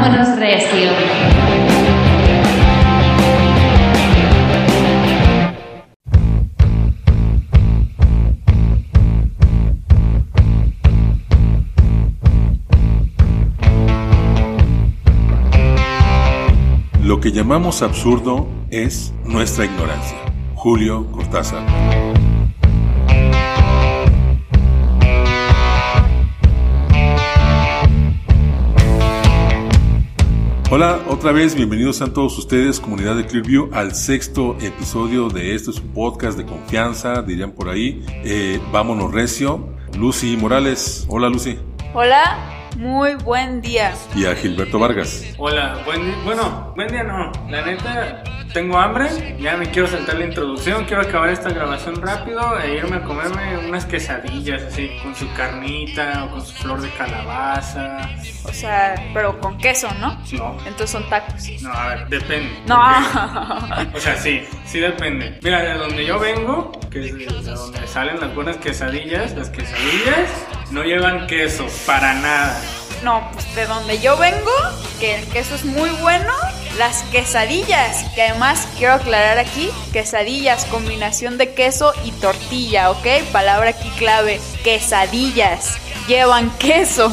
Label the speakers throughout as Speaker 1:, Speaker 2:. Speaker 1: menos recio.
Speaker 2: Lo que llamamos absurdo es nuestra ignorancia. Julio Cortázar. Hola, otra vez bienvenidos a todos ustedes, comunidad de Clearview, al sexto episodio de este su podcast de confianza, dirían por ahí. Eh, vámonos recio. Lucy Morales, hola Lucy.
Speaker 3: Hola, muy buen día.
Speaker 2: Y a Gilberto Vargas.
Speaker 4: Hola, buen di- bueno, buen día no. La neta, tengo hambre, ya me quiero saltar la introducción, quiero acabar esta grabación rápido e irme a comerme unas quesadillas así, con su carnita o con su flor de calabaza.
Speaker 3: O sea, pero con queso, ¿no?
Speaker 4: No,
Speaker 3: Entonces son tacos.
Speaker 4: no, a ver, depende.
Speaker 3: No.
Speaker 4: O sea, sí, sí depende. Mira, de donde yo vengo, que es de de donde salen las buenas quesadillas, las quesadillas no llevan queso, para nada.
Speaker 3: No, pues de donde yo vengo, que el queso es muy bueno, las quesadillas, que además quiero aclarar aquí, quesadillas, combinación de queso y tortilla, ¿ok? Palabra aquí clave, quesadillas, llevan queso.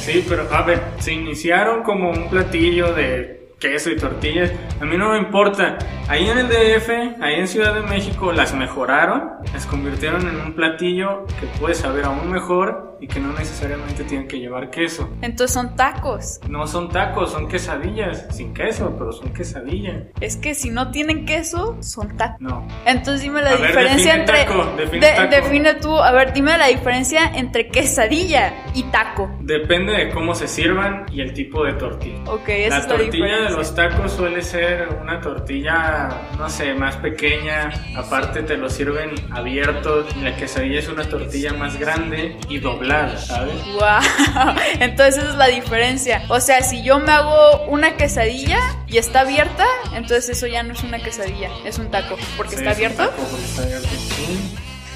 Speaker 4: Sí, pero a ver, se iniciaron como un platillo de queso y tortillas. A mí no me importa. Ahí en el DF, ahí en Ciudad de México, las mejoraron, las convirtieron en un platillo que puede saber aún mejor y que no necesariamente tiene que llevar queso.
Speaker 3: Entonces son tacos.
Speaker 4: No son tacos, son quesadillas, sin queso, pero son quesadillas.
Speaker 3: Es que si no tienen queso, son tacos.
Speaker 4: No,
Speaker 3: Entonces dime la
Speaker 4: A ver,
Speaker 3: diferencia
Speaker 4: define
Speaker 3: entre.
Speaker 4: taco, define
Speaker 3: de-
Speaker 4: taco.
Speaker 3: define tú, a ver, dime la diferencia entre quesadilla y taco.
Speaker 4: depende de cómo se sirvan y el tipo de tortilla.
Speaker 3: Ok, esa
Speaker 4: La
Speaker 3: es la
Speaker 4: tortilla de
Speaker 3: diferencia.
Speaker 4: los tacos suele ser una tortilla, no sé, más pequeña. Aparte te lo sirven abierto. Y La quesadilla es una tortilla más grande y doblada, ¿sabes?
Speaker 3: Guau, Entonces esa es la diferencia. O sea, si yo me hago una quesadilla y está abierta, entonces eso ya no es una quesadilla, es un taco, porque
Speaker 4: Sí,
Speaker 3: está
Speaker 4: es un
Speaker 3: abierto.
Speaker 4: taco porque está abierto. Sí.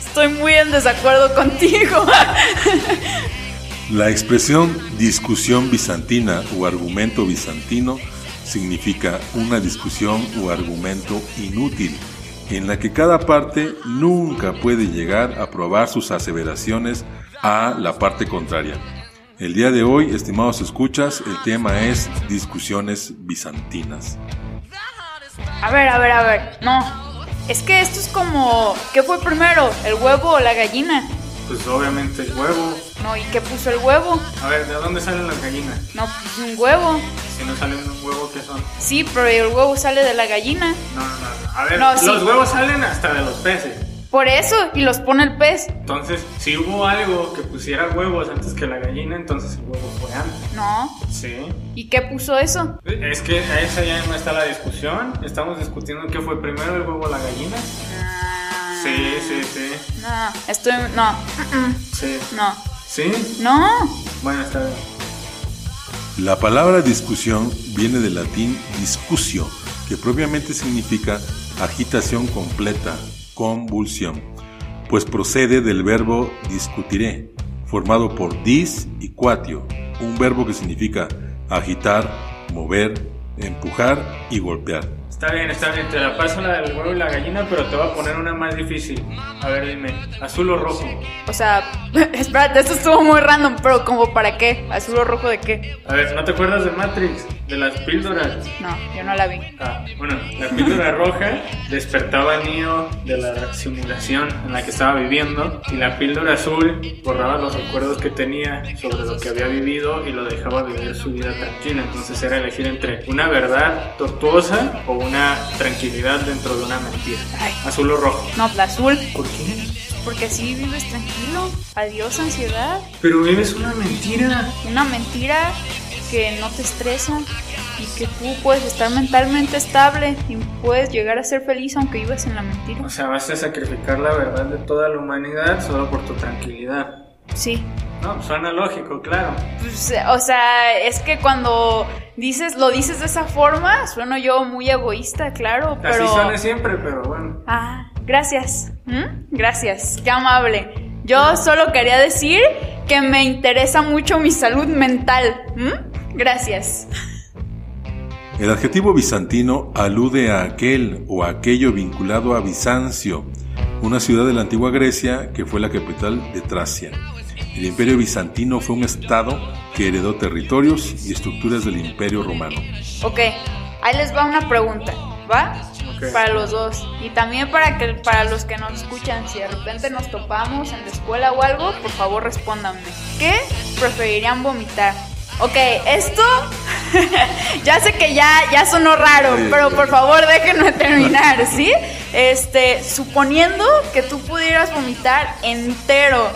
Speaker 3: Estoy muy en desacuerdo contigo.
Speaker 2: La expresión discusión bizantina o argumento bizantino significa una discusión o argumento inútil, en la que cada parte nunca puede llegar a probar sus aseveraciones a la parte contraria. El día de hoy, estimados escuchas, el tema es discusiones bizantinas.
Speaker 3: A ver, a ver, a ver. No. Es que esto es como, ¿qué fue primero? ¿El huevo o la gallina?
Speaker 4: Pues obviamente el huevo.
Speaker 3: No, ¿y qué puso el huevo?
Speaker 4: A ver, ¿de dónde salen las gallinas?
Speaker 3: No, puso un huevo.
Speaker 4: Si no salen de un huevo, ¿qué son?
Speaker 3: Sí, pero el huevo sale de la gallina.
Speaker 4: No, no, no. A ver,
Speaker 3: No, sí.
Speaker 4: los huevos salen hasta de los peces.
Speaker 3: Por eso, y los pone el pez.
Speaker 4: Entonces, si hubo algo que pusiera huevos antes que la gallina, entonces el huevo fue antes.
Speaker 3: No.
Speaker 4: Sí.
Speaker 3: ¿Y qué puso eso?
Speaker 4: Es que a esa ya no está la discusión. Estamos discutiendo qué fue primero el huevo o la gallina. Sí, sí, sí.
Speaker 3: No, estoy. No. Mm,
Speaker 4: Sí.
Speaker 3: mm, No.
Speaker 4: ¿Sí?
Speaker 3: No.
Speaker 4: Bueno, está bien.
Speaker 2: La palabra discusión viene del latín discusio, que propiamente significa agitación completa, convulsión, pues procede del verbo discutiré, formado por dis y cuatio, un verbo que significa agitar, mover, empujar y golpear.
Speaker 4: Está bien, está bien. Te la paso la del huevo y la gallina, pero te voy a poner una más difícil. A ver, dime. ¿Azul o rojo?
Speaker 3: O sea, espérate, esto estuvo muy random, pero como para qué? ¿Azul o rojo de qué?
Speaker 4: A ver, ¿no te acuerdas de Matrix? De las píldoras.
Speaker 3: No, yo no la vi.
Speaker 4: Ah, bueno, la píldora roja despertaba a Neo de la simulación en la que estaba viviendo y la píldora azul borraba los recuerdos que tenía sobre lo que había vivido y lo dejaba vivir su vida tranquila. Entonces era elegir entre una verdad tortuosa o una tranquilidad dentro de una mentira.
Speaker 3: Ay.
Speaker 4: Azul o rojo.
Speaker 3: No, la azul.
Speaker 4: ¿Por qué?
Speaker 3: Porque así vives tranquilo. Adiós, ansiedad.
Speaker 4: Pero vives una mentira.
Speaker 3: Una mentira que no te estresa y que tú puedes estar mentalmente estable y puedes llegar a ser feliz aunque vivas en la mentira.
Speaker 4: O sea, vas a sacrificar la verdad de toda la humanidad solo por tu tranquilidad.
Speaker 3: Sí,
Speaker 4: No, suena lógico, claro.
Speaker 3: Pues, o sea, es que cuando dices, lo dices de esa forma, sueno yo muy egoísta, claro, pero.
Speaker 4: Así suena siempre, pero bueno.
Speaker 3: Ah, gracias. ¿Mm? Gracias. Qué amable. Yo solo quería decir que me interesa mucho mi salud mental. ¿Mm? Gracias.
Speaker 2: El adjetivo bizantino alude a aquel o a aquello vinculado a Bizancio, una ciudad de la antigua Grecia que fue la capital de Tracia. El imperio bizantino fue un estado que heredó territorios y estructuras del imperio romano.
Speaker 3: Ok, ahí les va una pregunta, ¿va?
Speaker 4: Ok.
Speaker 3: Para los dos. Y también para, que, para los que nos escuchan, si de repente nos topamos en la escuela o algo, por favor respóndanme. ¿Qué preferirían vomitar? Ok, esto ya sé que ya, ya sonó raro,
Speaker 2: Sí,
Speaker 3: pero
Speaker 2: sí.
Speaker 3: por favor déjenme terminar, ¿sí? Este, suponiendo que tú pudieras vomitar entero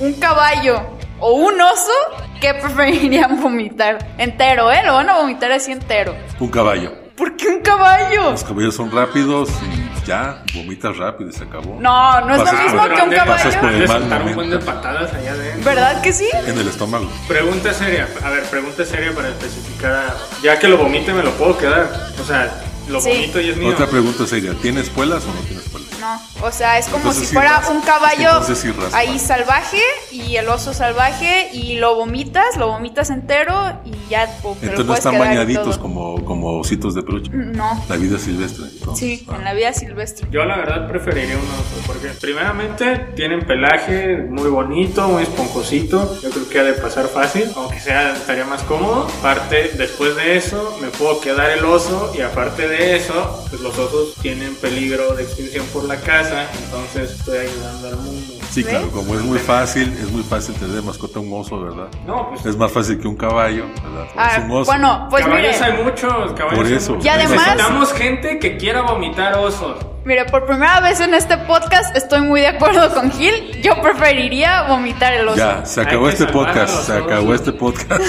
Speaker 3: un caballo o un oso, ¿qué preferirían vomitar? Entero, ¿eh? Lo van a vomitar así entero.
Speaker 2: Un caballo.
Speaker 3: ¿Por qué un caballo?
Speaker 2: Los caballos son rápidos y ya, vomitas rápido y se acabó.
Speaker 3: No, no es lo
Speaker 2: Pasas
Speaker 3: mismo
Speaker 2: por-
Speaker 3: que un
Speaker 2: pasas por
Speaker 3: caballo.
Speaker 2: el
Speaker 4: Le
Speaker 2: mal
Speaker 4: soltaron un buen de
Speaker 2: momento.
Speaker 4: patadas allá adentro.
Speaker 3: ¿Verdad que sí?
Speaker 2: En el estómago.
Speaker 4: Pregunta seria, a ver, pregunta seria para especificar. a- Ya que lo vomite, me lo puedo quedar. O sea, lo
Speaker 3: Sí.
Speaker 4: vomito y es mío.
Speaker 2: Otra pregunta sería, ¿tienes espuelas o no tienes espuelas?
Speaker 3: No, o sea, es como
Speaker 2: Entonces
Speaker 3: si
Speaker 2: sí
Speaker 3: fuera
Speaker 2: raspa.
Speaker 3: un caballo
Speaker 2: Entonces sí raspa.
Speaker 3: ahí salvaje y el oso salvaje y lo vomitas, lo vomitas entero y ya po, te lo
Speaker 2: Entonces no
Speaker 3: puedes
Speaker 2: están
Speaker 3: quedar y
Speaker 2: bañaditos
Speaker 3: todo.
Speaker 2: como, como ositos de peluche.
Speaker 3: No,
Speaker 2: La vida silvestre. entonces.
Speaker 3: sí,
Speaker 2: Ah.
Speaker 3: en la vida silvestre.
Speaker 4: Yo la verdad preferiría un oso, porque primeramente tienen pelaje muy bonito, muy esponjosito, yo creo que ha de pasar fácil, aunque sea estaría más cómodo. Aparte, después de eso me puedo quedar el oso y aparte de eso, pues los osos tienen peligro de extinción por la casa, entonces estoy ayudando al mundo.
Speaker 2: Sí,
Speaker 3: ¿Ve?
Speaker 2: claro, como es muy fácil, es muy fácil tener de mascota un oso, ¿verdad?
Speaker 4: No, pues
Speaker 2: Es más fácil que un caballo, ¿verdad?
Speaker 3: Ah,
Speaker 2: es un oso.
Speaker 3: bueno, pues mire,
Speaker 4: caballos hay muchos, caballos
Speaker 2: Por
Speaker 4: hay
Speaker 2: eso.
Speaker 4: muchos.
Speaker 3: Y además-
Speaker 4: necesitamos gente que quiera vomitar osos.
Speaker 3: mire, por primera vez en este podcast estoy muy de acuerdo con Gil. Yo preferiría vomitar el oso.
Speaker 2: Ya, se acabó
Speaker 4: Hay que
Speaker 2: este
Speaker 4: salvar a
Speaker 2: podcast,
Speaker 4: los
Speaker 2: se acabó
Speaker 4: osos.
Speaker 2: este podcast.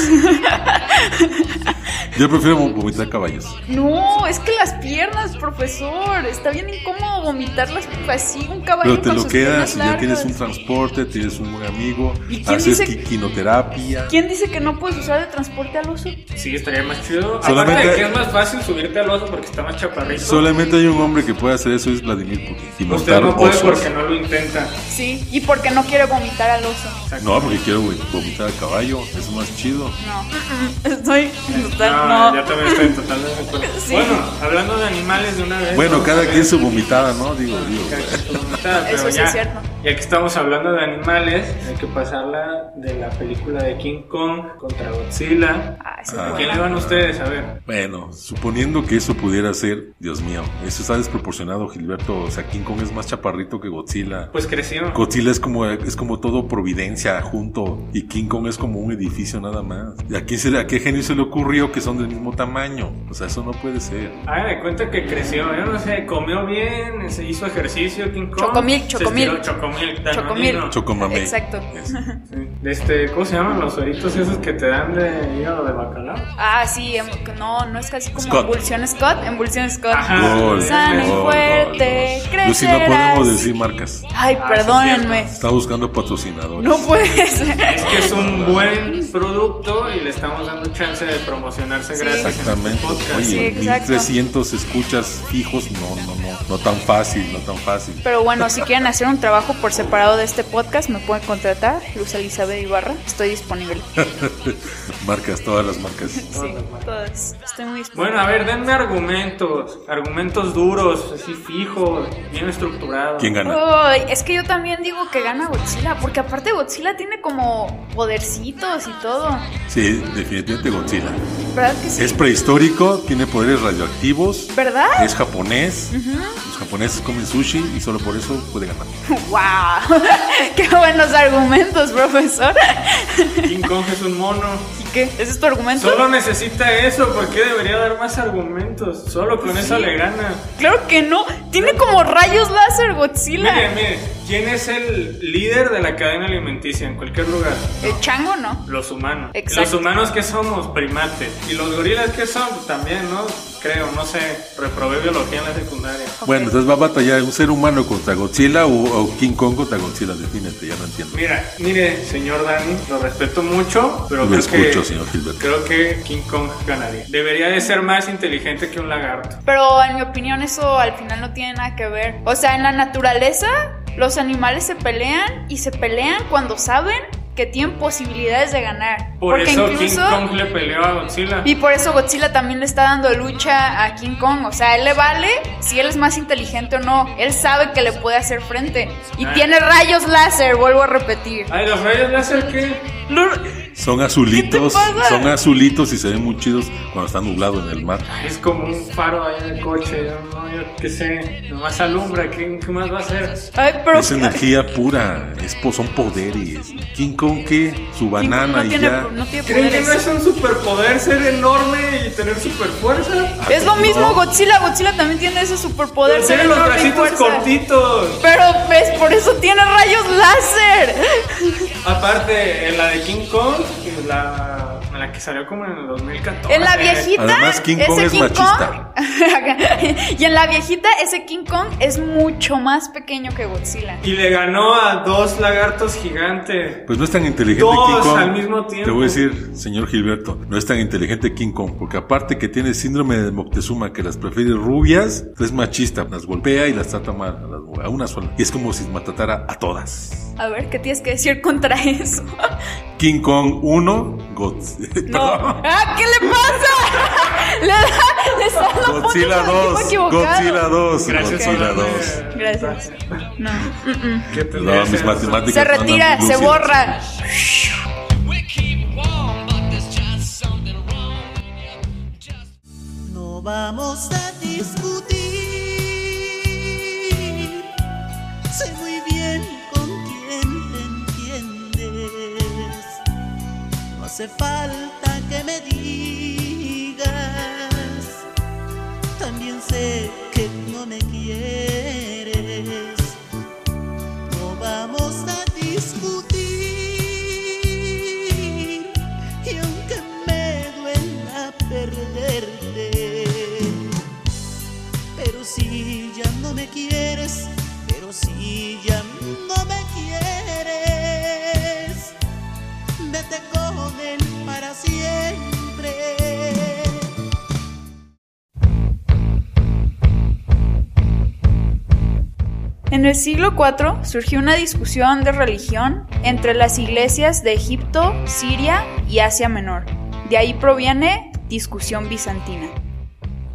Speaker 2: Yo prefiero vomitar caballos.
Speaker 3: No, es que las piernas, profesor. Está bien incómodo vomitarlas así, un caballo
Speaker 2: Pero te
Speaker 3: con
Speaker 2: lo
Speaker 3: sus
Speaker 2: quedas
Speaker 3: piernas
Speaker 2: y ya tienes un
Speaker 3: largas.
Speaker 2: transporte, tienes un buen amigo,
Speaker 3: ¿Y quién
Speaker 2: haces
Speaker 3: dice-
Speaker 2: qui- quinoterapia.
Speaker 3: ¿Quién dice que no puedes usar de transporte al oso?
Speaker 4: Sí, estaría más chido. Aparte
Speaker 2: Solamente-
Speaker 4: de que es más fácil subirte al oso porque está más chaparrito.
Speaker 2: Solamente hay un hombre que puede hacer eso, es Vladimir Putin. Y
Speaker 4: Usted
Speaker 2: montar
Speaker 4: no puede
Speaker 2: osos.
Speaker 4: porque no lo intenta.
Speaker 3: Sí, y porque no quiere vomitar al oso.
Speaker 2: No, porque quiero vom- vomitar a caballo, es más chido.
Speaker 3: No, estoy en total,
Speaker 4: No,
Speaker 3: no.
Speaker 4: yo Ah, también estoy en total desacuerdo.
Speaker 3: Sí.
Speaker 4: Bueno, hablando de animales de una vez.
Speaker 2: Bueno,
Speaker 4: vamos a
Speaker 2: cada
Speaker 4: ver
Speaker 2: quien su vomitada, ¿no? Digo, digo.
Speaker 4: cada quien su voluntad,
Speaker 3: Eso
Speaker 4: pero
Speaker 3: sí
Speaker 4: ya,
Speaker 3: es cierto.
Speaker 4: Ya que estamos hablando de animales, hay que pasarla de la película de King Kong contra Godzilla.
Speaker 3: Ah, sí,
Speaker 2: Ah.
Speaker 4: ¿A
Speaker 3: bueno.
Speaker 4: quién le van ustedes? A ver.
Speaker 2: Bueno, suponiendo que eso pudiera ser, Dios mío, eso está desproporcionado, Gilberto. O sea, King Kong es más chaparrito que Godzilla.
Speaker 4: Pues creció.
Speaker 2: Godzilla es como, es como todo Providencia junto y King Kong es como un edificio nada más. ¿Y a, quién se le- a qué genio se le ocurrió que son del mismo tamaño? O sea, eso no puede ser.
Speaker 4: Haga de cuenta que creció, yo no sé, comió bien, se hizo ejercicio King Kong.
Speaker 3: Chocomil,
Speaker 4: se
Speaker 3: chocomil.
Speaker 4: estiró, Chocomil,
Speaker 3: Chocomil.
Speaker 4: danonino.
Speaker 2: Chocomame.
Speaker 3: Exacto.
Speaker 2: Es-
Speaker 4: Sí. Este, ¿Cómo se llaman los oritos esos que te dan de hígado de bacalao?
Speaker 3: Ah, sí, em- no, no es casi como
Speaker 2: Scott.
Speaker 3: Emulsión Scott, Emulsión Scott.
Speaker 4: Ajá.
Speaker 2: Gol,
Speaker 3: Sano y
Speaker 2: gol,
Speaker 3: fuerte,
Speaker 2: gol, gol.
Speaker 3: crecerás.
Speaker 2: Lucy, no podemos decir marcas.
Speaker 3: Ay,
Speaker 4: Ah, sí,
Speaker 3: perdónenme.
Speaker 2: Está buscando patrocinadores.
Speaker 3: No puede ser.
Speaker 4: Es que es un buen producto y le estamos dando chance de promocionarse
Speaker 3: Sí.
Speaker 4: gracias a
Speaker 2: Exactamente.
Speaker 4: este podcast.
Speaker 3: Sí,
Speaker 2: Oye,
Speaker 3: exacto.
Speaker 2: 1300 escuchas fijos, no, no, no, no tan fácil, no tan fácil.
Speaker 3: Pero bueno, si quieren hacer un trabajo por separado de este podcast, me pueden contratar. Luz Elizabeth Ibarra, estoy disponible.
Speaker 2: Marcas, todas las marcas.
Speaker 3: Sí, todas. Estoy muy disponible.
Speaker 4: Bueno, a ver, denme argumentos, argumentos duros, así fijos, bien estructurados.
Speaker 2: ¿Quién gana?
Speaker 3: Ay, es que yo también digo que gana Godzilla, porque aparte Godzilla tiene como podercitos y todo.
Speaker 2: Sí, definitivamente Godzilla.
Speaker 3: ¿Verdad que sí?
Speaker 2: Es prehistórico, tiene poderes radioactivos,
Speaker 3: ¿Verdad?
Speaker 2: es japonés. Los japoneses comen sushi y solo por eso puede ganar.
Speaker 3: ¡Wow! ¡Qué buenos argumentos, profesor!
Speaker 4: King Kong es un mono.
Speaker 3: ¿Y qué? ¿Ese es tu argumento?
Speaker 4: Solo necesita eso, ¿por qué debería dar más argumentos? Solo con eso le gana.
Speaker 3: Claro que no. Tiene como rayos láser Godzilla.
Speaker 4: Mire, mire, ¿quién es el líder de la cadena alimenticia en cualquier lugar?
Speaker 3: El Eh, chango, ¿no?
Speaker 4: Los humanos.
Speaker 3: Exacto.
Speaker 4: Los humanos que somos primates. Y los gorilas que son Pues también, ¿no? Creo, no sé, reprobé biología en la secundaria.
Speaker 2: Bueno, entonces va a batallar un ser humano contra Godzilla o, o King Kong contra Godzilla, defínete, ya no entiendo.
Speaker 4: Mira, mire, señor Dani, lo respeto mucho, pero
Speaker 2: Lo
Speaker 4: creo
Speaker 2: escucho,
Speaker 4: que
Speaker 2: señor Gilberto.
Speaker 4: creo que King Kong ganaría. Debería de ser más inteligente que un lagarto.
Speaker 3: Pero en mi opinión eso al final no tiene nada que ver. O sea, en la naturaleza los animales se pelean y se pelean cuando saben que que tienen posibilidades de ganar.
Speaker 4: Por eso King Kong le peleó a Godzilla.
Speaker 3: Y por eso Godzilla también le está dando lucha a King Kong. O sea, él le vale si él es más inteligente o no. Él sabe que le puede hacer frente. Y
Speaker 4: Ah.
Speaker 3: tiene rayos láser, vuelvo a repetir.
Speaker 4: Ay, los rayos láser qué?
Speaker 2: Son azulitos,
Speaker 3: ¿Qué te pasa?
Speaker 2: son azulitos y se ven muy chidos cuando está nublado en el mar.
Speaker 4: Es como un faro ahí en el coche, yo no, yo qué sé, nomás alumbra, ¿qué, qué más va a hacer?
Speaker 3: Ay, pero.
Speaker 2: Es energía pura, es, po- son poderes. King Kong, ¿qué? Su
Speaker 3: King Kong
Speaker 2: banana
Speaker 3: no
Speaker 2: y
Speaker 3: tiene,
Speaker 2: ya.
Speaker 3: no tiene
Speaker 4: ¿Creen que no
Speaker 3: poderes.
Speaker 4: es un superpoder ser enorme y tener superfuerza?
Speaker 3: Es lo mismo
Speaker 2: No.
Speaker 3: Godzilla. Godzilla también tiene ese superpoder. ser
Speaker 4: Tiene los
Speaker 3: enorme y
Speaker 4: bracitos
Speaker 3: fuerza.
Speaker 4: cortitos.
Speaker 3: Pero ves, por eso tiene rayos láser.
Speaker 4: Aparte, en la de King Kong, en la, en la que salió como en el 2014.
Speaker 3: En la viejita,
Speaker 2: Además, King Kong
Speaker 3: ese
Speaker 2: es
Speaker 3: King
Speaker 2: machista.
Speaker 3: Kong- y en la viejita, ese King Kong es mucho más pequeño que Godzilla.
Speaker 4: Y le ganó a dos lagartos gigantes.
Speaker 2: Pues no es tan inteligente
Speaker 4: Dos
Speaker 2: King Kong.
Speaker 4: al mismo tiempo.
Speaker 2: Te voy a decir, señor Gilberto, no es tan inteligente King Kong, porque aparte que tiene síndrome de Moctezuma, que las prefiere rubias, es machista, las golpea y las trata mal a, las- a una sola. Y es como si matara a todas.
Speaker 3: A ver, ¿qué tienes que decir contra eso?
Speaker 2: King Kong 1, Godz-
Speaker 3: No.
Speaker 2: perdón,
Speaker 3: ¡Ah, qué le pasa! le da, le está dando puntos
Speaker 2: Godzilla
Speaker 3: al tipo
Speaker 2: 2,
Speaker 3: equivocado.
Speaker 2: Godzilla 2,
Speaker 4: Gracias por
Speaker 2: Godzilla
Speaker 4: darme-
Speaker 2: 2.
Speaker 3: Gracias. No.
Speaker 4: ¿Qué
Speaker 2: No, mis matemáticas
Speaker 3: Se
Speaker 2: no andan
Speaker 3: retira,
Speaker 2: muy
Speaker 3: se
Speaker 2: lúcidas.
Speaker 3: borra.
Speaker 1: No vamos a discutir. Sé muy bien con quién te entiendes. No hace falta que me digas. También sé que no me quieres. No vamos a discutir. Y aunque me duela perderte, pero si ya no me quieres, pero si ya no me quieres, vete con él para siempre.
Speaker 3: En el siglo IV surgió una discusión de religión entre las iglesias de Egipto, Siria y Asia Menor. De ahí proviene discusión bizantina.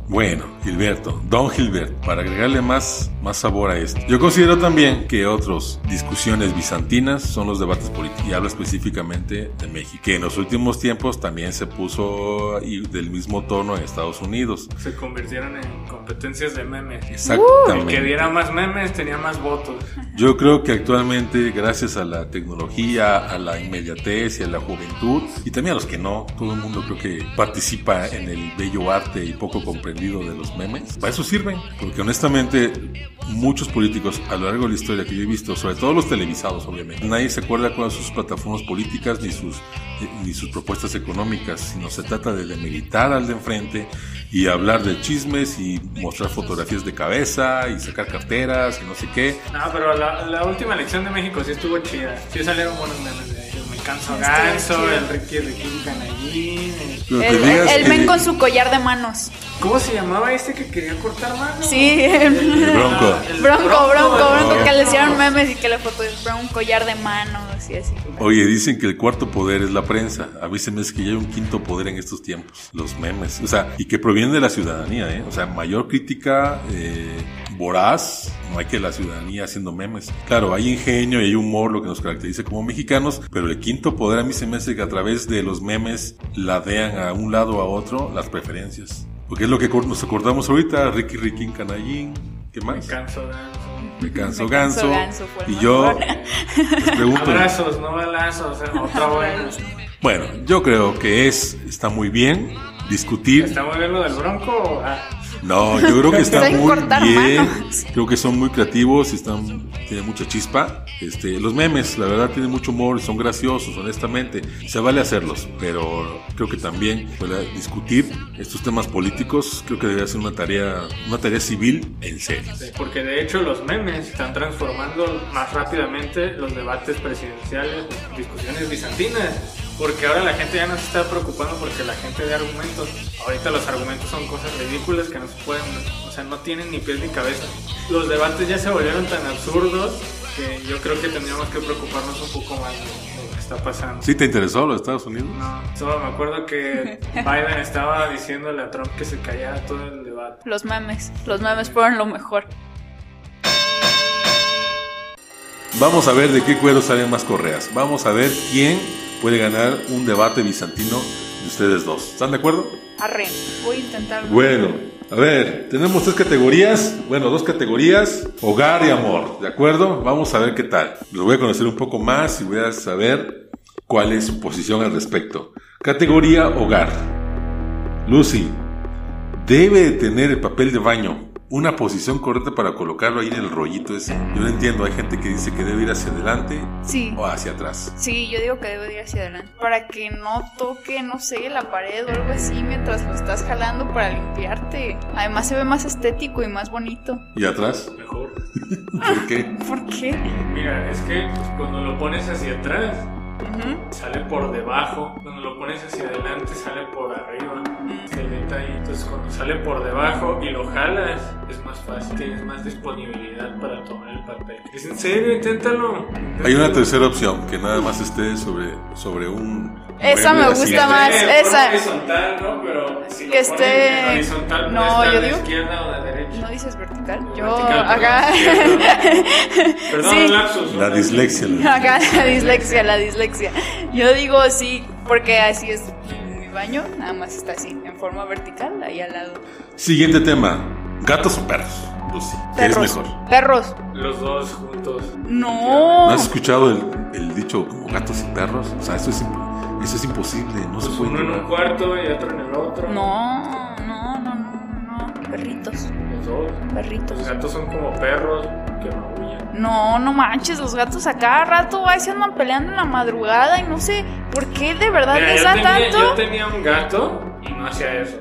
Speaker 2: Bueno, Gilberto, Don Gilberto, para agregarle más, más sabor a esto. Yo considero también que otras discusiones bizantinas son los debates políticos, y hablo específicamente de México, que en los últimos tiempos también se puso y del mismo tono en Estados Unidos.
Speaker 4: Se convirtieron en competencias de memes. El que
Speaker 2: Exactamente.
Speaker 4: diera más memes tenía más votos.
Speaker 2: Yo creo que actualmente, gracias a la tecnología, a la inmediatez y a la juventud, y también a los que no, todo el mundo creo que participa en el bello arte y poco comprendido de los memes. Para eso sirven, porque honestamente muchos políticos a lo largo de la historia que yo he visto, sobre todo los televisados obviamente, nadie se acuerda cuáles son sus plataformas políticas ni sus, ni sus propuestas económicas, sino se trata de demilitar al de enfrente y hablar de chismes y mostrar fotografías de cabeza y sacar carteras y no sé qué.
Speaker 4: No, pero la, la última elección de México sí estuvo chida. Sí salieron buenos memes de ellos. Me canso ganso, el Ricky Ricky Canallín. el-
Speaker 2: Pero que
Speaker 3: El,
Speaker 2: digas
Speaker 3: el
Speaker 2: que-
Speaker 3: men con su collar de manos.
Speaker 4: ¿Cómo se llamaba este que quería cortar mano?
Speaker 3: Sí,
Speaker 2: El bronco.
Speaker 4: El
Speaker 3: bronco, bronco,
Speaker 4: el
Speaker 3: bronco, que le hicieron memes y que le fotografiaron un collar de manos y así.
Speaker 2: Oye, dicen que el cuarto poder es la prensa. A mí se me hace que ya hay un quinto poder en estos tiempos. Los memes. O sea, y que provienen de la ciudadanía, ¿eh? O sea, mayor crítica eh, voraz no hay que la ciudadanía haciendo memes. Claro, hay ingenio y hay humor, lo que nos caracteriza como mexicanos, pero el quinto poder a mí se me hace que a través de los memes ladean a un lado o a otro las preferencias. Porque es lo que cor- nos acordamos ahorita, Ricky Ricky Canallín, ¿qué
Speaker 4: Me
Speaker 2: más?
Speaker 4: canso ganso.
Speaker 2: Me canso
Speaker 3: Me canso
Speaker 2: ganso.
Speaker 3: ganso, fue el
Speaker 2: Y
Speaker 3: más
Speaker 2: yo
Speaker 3: bueno.
Speaker 2: les pregunto,
Speaker 4: Abrazos, no balazos. eh, Otra buena.
Speaker 2: Bueno, yo creo que es, está muy bien discutir.
Speaker 4: ¿Está muy bien lo del bronco? Ah,
Speaker 2: No, yo creo que está
Speaker 3: Hay que
Speaker 2: muy
Speaker 3: cortar
Speaker 2: bien.
Speaker 3: manos.
Speaker 2: Creo que son muy creativos, y están, tienen mucha chispa. Este, los memes, la verdad, tienen mucho humor, son graciosos, honestamente. Se vale hacerlos, pero creo que también para discutir estos temas políticos, creo que debería ser una tarea, una tarea civil en serio.
Speaker 4: sí, porque de hecho los memes están transformando más rápidamente los debates presidenciales, las discusiones bizantinas. Porque ahora la gente ya no se está preocupando porque la gente de argumentos. Ahorita los argumentos son cosas ridículas que no se pueden, o sea, no tienen ni pies ni cabeza. Los debates ya se volvieron tan absurdos que yo creo que tendríamos que preocuparnos un poco más de- de está pasando.
Speaker 2: ¿Sí te interesó los Estados Unidos?
Speaker 4: No, solo me acuerdo que Biden estaba diciéndole a Trump que se callara todo el debate.
Speaker 3: Los memes, los memes fueron lo mejor.
Speaker 2: Vamos a ver de qué cuero salen más correas. Vamos a ver quién puede ganar un debate bizantino de ustedes dos. ¿Están de acuerdo?
Speaker 3: Arre, voy a intentar.
Speaker 2: Bueno, a ver, tenemos tres categorías, bueno, dos categorías, hogar y amor, ¿de acuerdo? Vamos a ver qué tal. Los voy a conocer un poco más y voy a saber cuál es su posición al respecto. Categoría hogar. Lucy, debe de tener el papel de baño, una posición correcta para colocarlo ahí en el rollito ese. Yo lo entiendo, hay gente que dice que debe ir hacia adelante
Speaker 3: Sí.
Speaker 2: o hacia atrás.
Speaker 3: Sí, yo digo que debo de ir hacia adelante. Para que no toque, no sé, la pared o algo así mientras lo estás jalando para limpiarte. Además se ve más estético y más bonito.
Speaker 2: ¿Y atrás?
Speaker 4: Mejor.
Speaker 2: ¿Por qué?
Speaker 3: ¿Por qué?
Speaker 4: Mira, es que cuando lo pones hacia atrás,
Speaker 3: Ujú.
Speaker 4: sale por debajo. Cuando lo pones hacia adelante, sale por arriba. Es el detalle. Entonces, cuando sale por debajo y lo jalas, es más fácil. Tienes más disponibilidad para tomar el papel. Es en serio, inténtalo.
Speaker 2: Hay una tercera opción que nada más esté sobre, sobre un...
Speaker 3: Esa me
Speaker 2: mueble
Speaker 3: gusta
Speaker 2: asiento.
Speaker 3: más. Ah, esa.
Speaker 4: Eh, horizontal, ¿no? Pero si lo
Speaker 3: Que
Speaker 4: pones
Speaker 3: esté-
Speaker 4: en horizontal,
Speaker 3: No,
Speaker 4: no,
Speaker 3: yo
Speaker 4: yo
Speaker 3: digo-
Speaker 4: digo. izquierda o de derecha.
Speaker 3: ¿No dices vertical? Yo
Speaker 4: Vertical, perdón,
Speaker 3: acá...
Speaker 4: izquierda. Perdón,
Speaker 3: Sí.
Speaker 4: lapsus.
Speaker 2: La dislexia. la-
Speaker 3: Acá la dislexia, la dislexia. Yo digo sí, porque así es mi baño, nada más está así, en forma vertical, ahí al lado.
Speaker 2: Siguiente tema: gatos o perros. Lucy, ¿qué es mejor?
Speaker 3: Perros.
Speaker 4: Los dos juntos.
Speaker 3: No.
Speaker 2: ¿No has escuchado el, el dicho como gatos y perros? O sea, eso es, imp- eso es imposible, no se
Speaker 4: Pues
Speaker 2: puede.
Speaker 4: uno en un
Speaker 2: integrar.
Speaker 4: cuarto y otro en el otro.
Speaker 3: No, no, no, no, no. Perritos,
Speaker 4: Los dos. Los
Speaker 3: perritos.
Speaker 4: gatos son como perros que maullan.
Speaker 3: No, no manches, los gatos a cada rato ahí se andan peleando en la madrugada y no sé por qué de verdad
Speaker 4: Mira,
Speaker 3: les
Speaker 4: yo,
Speaker 3: da
Speaker 4: tenía, yo
Speaker 3: tanto.
Speaker 4: tenía un gato y no hacía eso.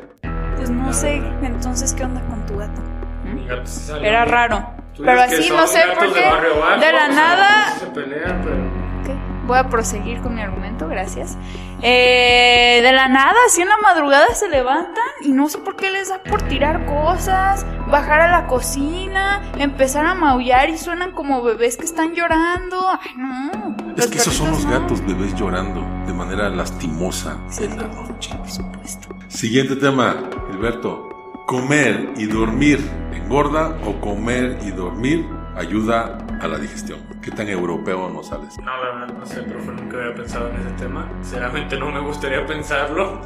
Speaker 3: Pues no sé, entonces, ¿qué onda con tu gato?
Speaker 4: Mi gato se salió.
Speaker 3: Era raro.
Speaker 4: Tú dices
Speaker 3: Pero
Speaker 4: que
Speaker 3: así,
Speaker 4: son
Speaker 3: no sé
Speaker 4: gatos
Speaker 3: por qué.
Speaker 4: De, barrio bajo,
Speaker 3: De la
Speaker 4: o sea,
Speaker 3: nada,
Speaker 4: Se pelean, pero.
Speaker 3: Ok, Voy a proseguir con mi argumento, gracias. Eh, de la nada, así en la madrugada se levantan y no sé por qué les da por tirar cosas, bajar a la cocina, empezar a maullar y suenan como bebés que están llorando. Ay, no.
Speaker 2: Es que esos son los
Speaker 3: perritos no.
Speaker 2: gatos bebés llorando de manera lastimosa
Speaker 3: Sí.
Speaker 2: en la noche.
Speaker 3: Por supuesto.
Speaker 2: Siguiente tema, Gilberto: comer y dormir engorda o comer y dormir ayuda a la digestión. ¿Qué tan europeo nos sales?
Speaker 4: No, la verdad, no sé, profe, nunca había pensado en ese tema. Sinceramente, no me gustaría pensarlo.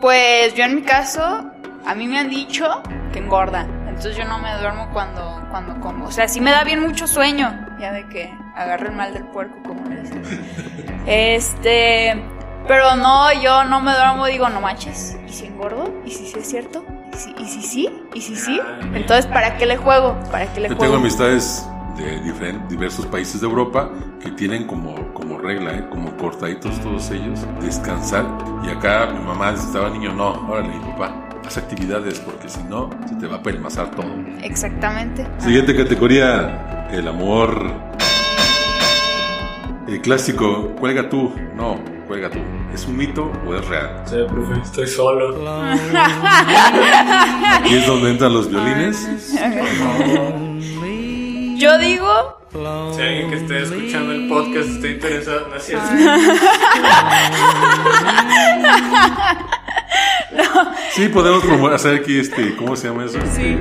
Speaker 3: Pues yo en mi caso, a mí me han dicho que engorda. Entonces yo no me duermo cuando, cuando como. O sea, sí me da bien mucho sueño. Ya de que agarro el mal del puerco, como le dicen. Este. Pero no, yo no me duermo, digo, no manches. ¿Y si engordo? ¿Y si sí es cierto? ¿Y si, y si sí? ¿Y si sí? Entonces, ¿para qué le juego? ¿Para qué le
Speaker 2: Yo
Speaker 3: juego?
Speaker 2: tengo amistades de diferen- diversos países de Europa que tienen como, como regla, ¿eh? como cortaditos todos ellos, descansar. Y acá mi mamá desde estaba niño, no, órale, papá, haz actividades porque si no, se te va a pelmazar todo.
Speaker 3: Exactamente.
Speaker 2: Siguiente categoría, el amor. El clásico, cuelga tú. No, cuelga tú. ¿Es un mito o es real?
Speaker 4: Sí, profe, estoy solo.
Speaker 2: Y es donde entran los violines.
Speaker 3: Ah. Yo digo,
Speaker 4: Si alguien que esté escuchando el podcast esté interesado, no es cierto.
Speaker 3: Ah.
Speaker 2: Sí, podemos promover- hacer aquí este, ¿cómo se llama eso?
Speaker 3: Sí.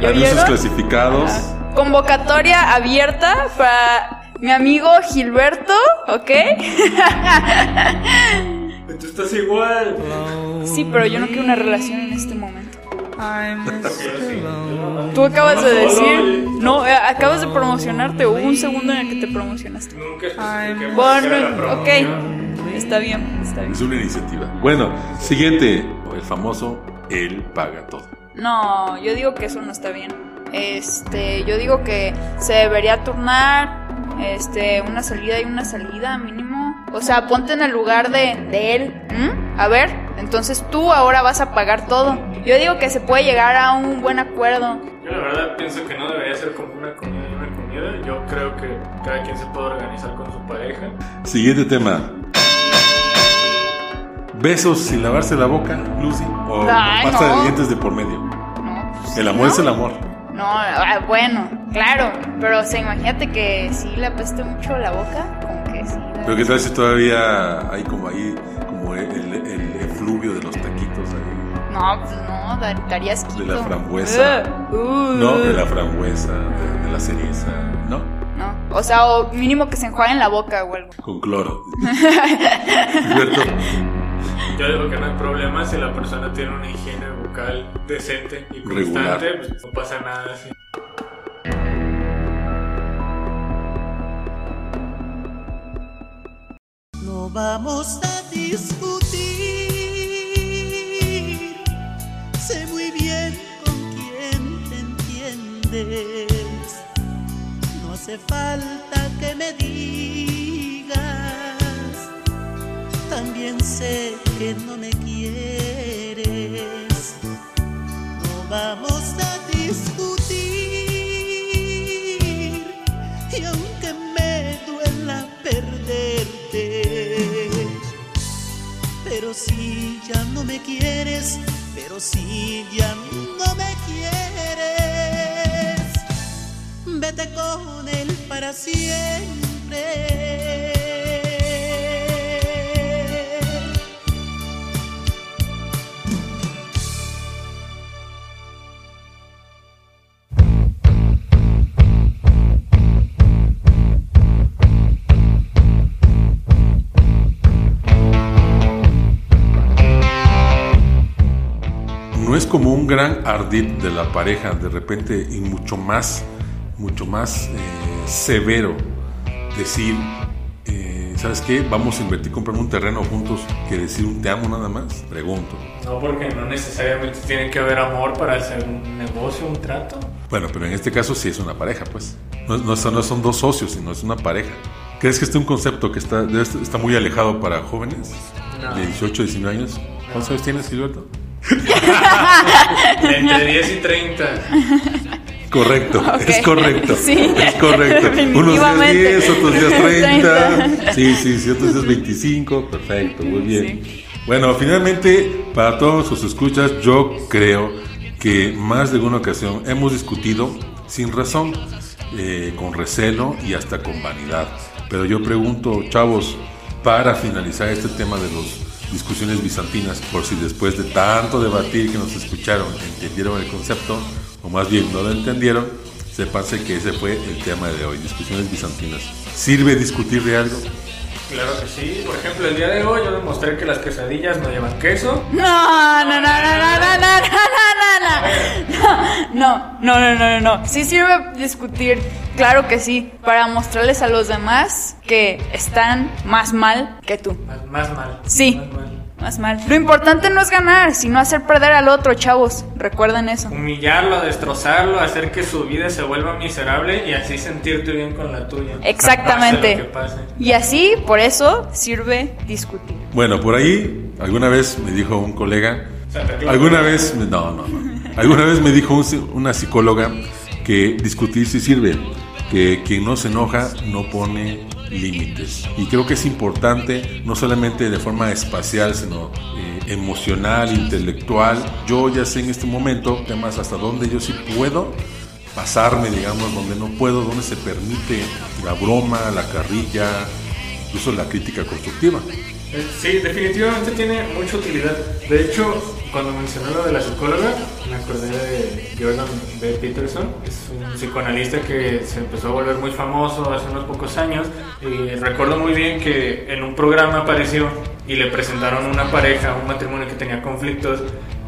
Speaker 3: Yo
Speaker 2: Anuncios
Speaker 3: llego-
Speaker 2: clasificados.
Speaker 3: Convocatoria abierta para mi amigo Gilberto, ¿ok?
Speaker 4: Tú estás igual.
Speaker 3: Ah. Sí, pero yo no quiero una relación en este momento.
Speaker 4: Pero sí,
Speaker 3: Tú acabas de
Speaker 4: No,
Speaker 3: decir,
Speaker 4: no,
Speaker 3: no, eh, acabas de promocionarte, hubo un segundo en el que te promocionaste.
Speaker 4: Nunca especifiqué cuál era la
Speaker 3: Bueno, ok,
Speaker 4: promoción.
Speaker 3: está bien, está bien.
Speaker 2: Es una iniciativa. Bueno, siguiente. El famoso Él paga todo.
Speaker 3: No, yo digo que eso no está bien. Este, yo digo que se debería turnar este, una salida y una salida mínimo. O sea, ponte en el lugar de, de él. ¿m? A ver, entonces tú ahora vas a pagar todo. Yo digo que se puede llegar a un buen acuerdo.
Speaker 4: Yo la verdad pienso que no debería ser como una comida y una comida. Yo creo que cada quien se puede organizar con su pareja.
Speaker 2: Siguiente tema. Besos sin lavarse la boca, Lucy. O con
Speaker 3: Ay,
Speaker 2: pasta
Speaker 3: no.
Speaker 2: de dientes de por medio.
Speaker 3: No, pues,
Speaker 2: El amor
Speaker 3: ¿no?
Speaker 2: es el amor.
Speaker 3: No, ah, bueno, claro. Pero o sea, imagínate que si le apeste mucho la boca, como que
Speaker 2: Pero qué tal si todavía hay como ahí, como el, el- el efluvio de los taquitos ahí.
Speaker 3: No, pues no, dar- daría asquito.
Speaker 2: De la frambuesa.
Speaker 3: Uh, uh.
Speaker 2: No, de la frambuesa, de, de la cereza, ¿no?
Speaker 3: No, O sea, o mínimo que se enjuague en la boca o algo.
Speaker 2: Con cloro. Humberto,
Speaker 4: Yo digo que no hay problema si la persona tiene una higiene bucal decente y
Speaker 2: Regular.
Speaker 4: constante, pues no pasa nada así.
Speaker 1: No vamos a discutir. Sé muy bien con quién te entiendes. No hace falta que me digas. También sé que no me quieres. No vamos a discutir. Y aunque me duela perderte, pero si ya no me quieres, pero si ya no me quieres, vete con él para siempre.
Speaker 2: no es como un gran ardid de la pareja, de repente, y mucho más, mucho más eh, severo decir, eh, ¿sabes qué? Vamos a invertir, comprar un terreno juntos, que decir un te amo nada más. Pregunto.
Speaker 4: No, porque no necesariamente tiene que haber amor para hacer un negocio, un trato.
Speaker 2: Bueno, pero en este caso sí es una pareja, pues. No, no son, no son dos socios, sino es una pareja. ¿Crees que este es un concepto que está, debe estar- está muy alejado para jóvenes?
Speaker 4: No.
Speaker 2: De 18, 19 años. ¿Cuántos años tienes, Gilberto?
Speaker 4: De Entre 10 y 30.
Speaker 2: Correcto,
Speaker 3: Ok.
Speaker 2: es correcto.
Speaker 3: Sí.
Speaker 2: Es correcto. Unos días
Speaker 3: Definitivamente.
Speaker 2: 10, otros días 30.
Speaker 3: Treinta.
Speaker 2: Sí, sí, sí, otros días 25. Perfecto, muy bien. Bueno, finalmente, para todos sus escuchas, yo creo que más de alguna ocasión hemos discutido sin razón, eh, con recelo y hasta con vanidad. Pero yo pregunto, chavos, para finalizar este tema de los discusiones bizantinas, por si después de tanto debatir que nos escucharon, entendieron el concepto, o más bien no lo entendieron, sépanse que ese fue el tema de hoy, discusiones bizantinas. ¿Sirve discutir de algo?
Speaker 4: Claro que sí. Por ejemplo, el día de hoy yo demostré que las quesadillas no llevan queso.
Speaker 3: No, no, no, no, no, no, no, no, no, no, no, no, no, no, no, no. Sí sirve discutir, claro que sí, para mostrarles a los demás que están más mal que tú.
Speaker 4: Más, más mal.
Speaker 3: Sí.
Speaker 4: Más mal.
Speaker 3: Más mal. Lo importante no es ganar, sino hacer perder al otro, chavos. Recuerden eso.
Speaker 4: Humillarlo, destrozarlo, hacer que su vida se vuelva miserable y así sentirte bien con la tuya. Pase lo
Speaker 3: Exactamente.
Speaker 4: que pase.
Speaker 3: Y así, por eso, sirve discutir.
Speaker 2: Bueno, por ahí, alguna vez me dijo un colega,
Speaker 4: Santa Claus.
Speaker 2: alguna vez, me- no, no, no, alguna vez me dijo un ci- una psicóloga que discutir sí sirve, que quien no se enoja no pone límites. Y creo que es importante, no solamente de forma espacial, sino eh, emocional, intelectual. Yo ya sé en este momento temas hasta dónde yo sí puedo pasarme, digamos, donde no puedo, donde se permite la broma, la carrilla, incluso la crítica constructiva.
Speaker 4: Sí, definitivamente tiene mucha utilidad. De hecho, cuando mencioné lo de la psicóloga, me acordé de Jordan B. Peterson, es un psicoanalista que se empezó a volver muy famoso hace unos pocos años. Y recuerdo muy bien que en un programa apareció y le presentaron una pareja, un matrimonio que tenía conflictos,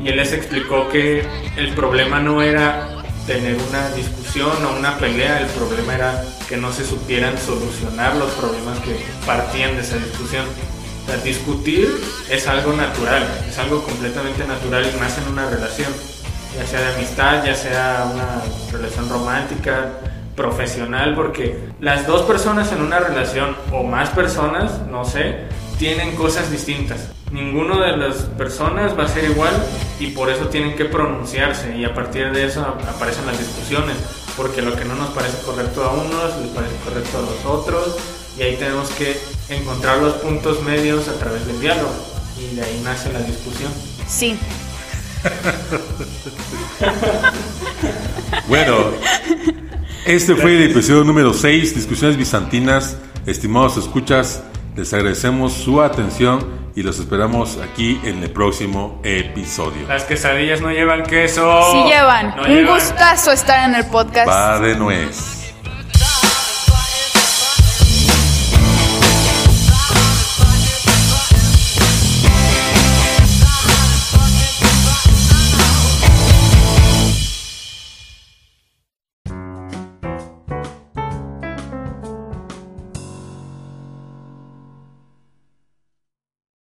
Speaker 4: y él les explicó que el problema no era tener una discusión o una pelea, el problema era que no se supieran solucionar los problemas que partían de esa discusión. O sea, discutir es algo natural, es algo completamente natural y más en una relación, ya sea de amistad, ya sea una relación romántica, profesional, porque las dos personas en una relación o más personas, no sé, tienen cosas distintas. Ninguno de las personas va a ser igual y por eso tienen que pronunciarse y a partir de eso aparecen las discusiones, porque lo que no nos parece correcto a unos les parece correcto a los otros y ahí tenemos que encontrar los puntos medios a través del diálogo. Y de ahí nace la discusión.
Speaker 3: Sí.
Speaker 2: Bueno, este fue el episodio número 6, Discusiones Bizantinas. Estimados escuchas, Les agradecemos su atención y los esperamos aquí en el próximo episodio.
Speaker 4: Las quesadillas no llevan queso.
Speaker 3: Si llevan,
Speaker 4: Oh. No
Speaker 3: un
Speaker 4: llevan.
Speaker 3: gustazo estar en el podcast.
Speaker 2: Va de nuez.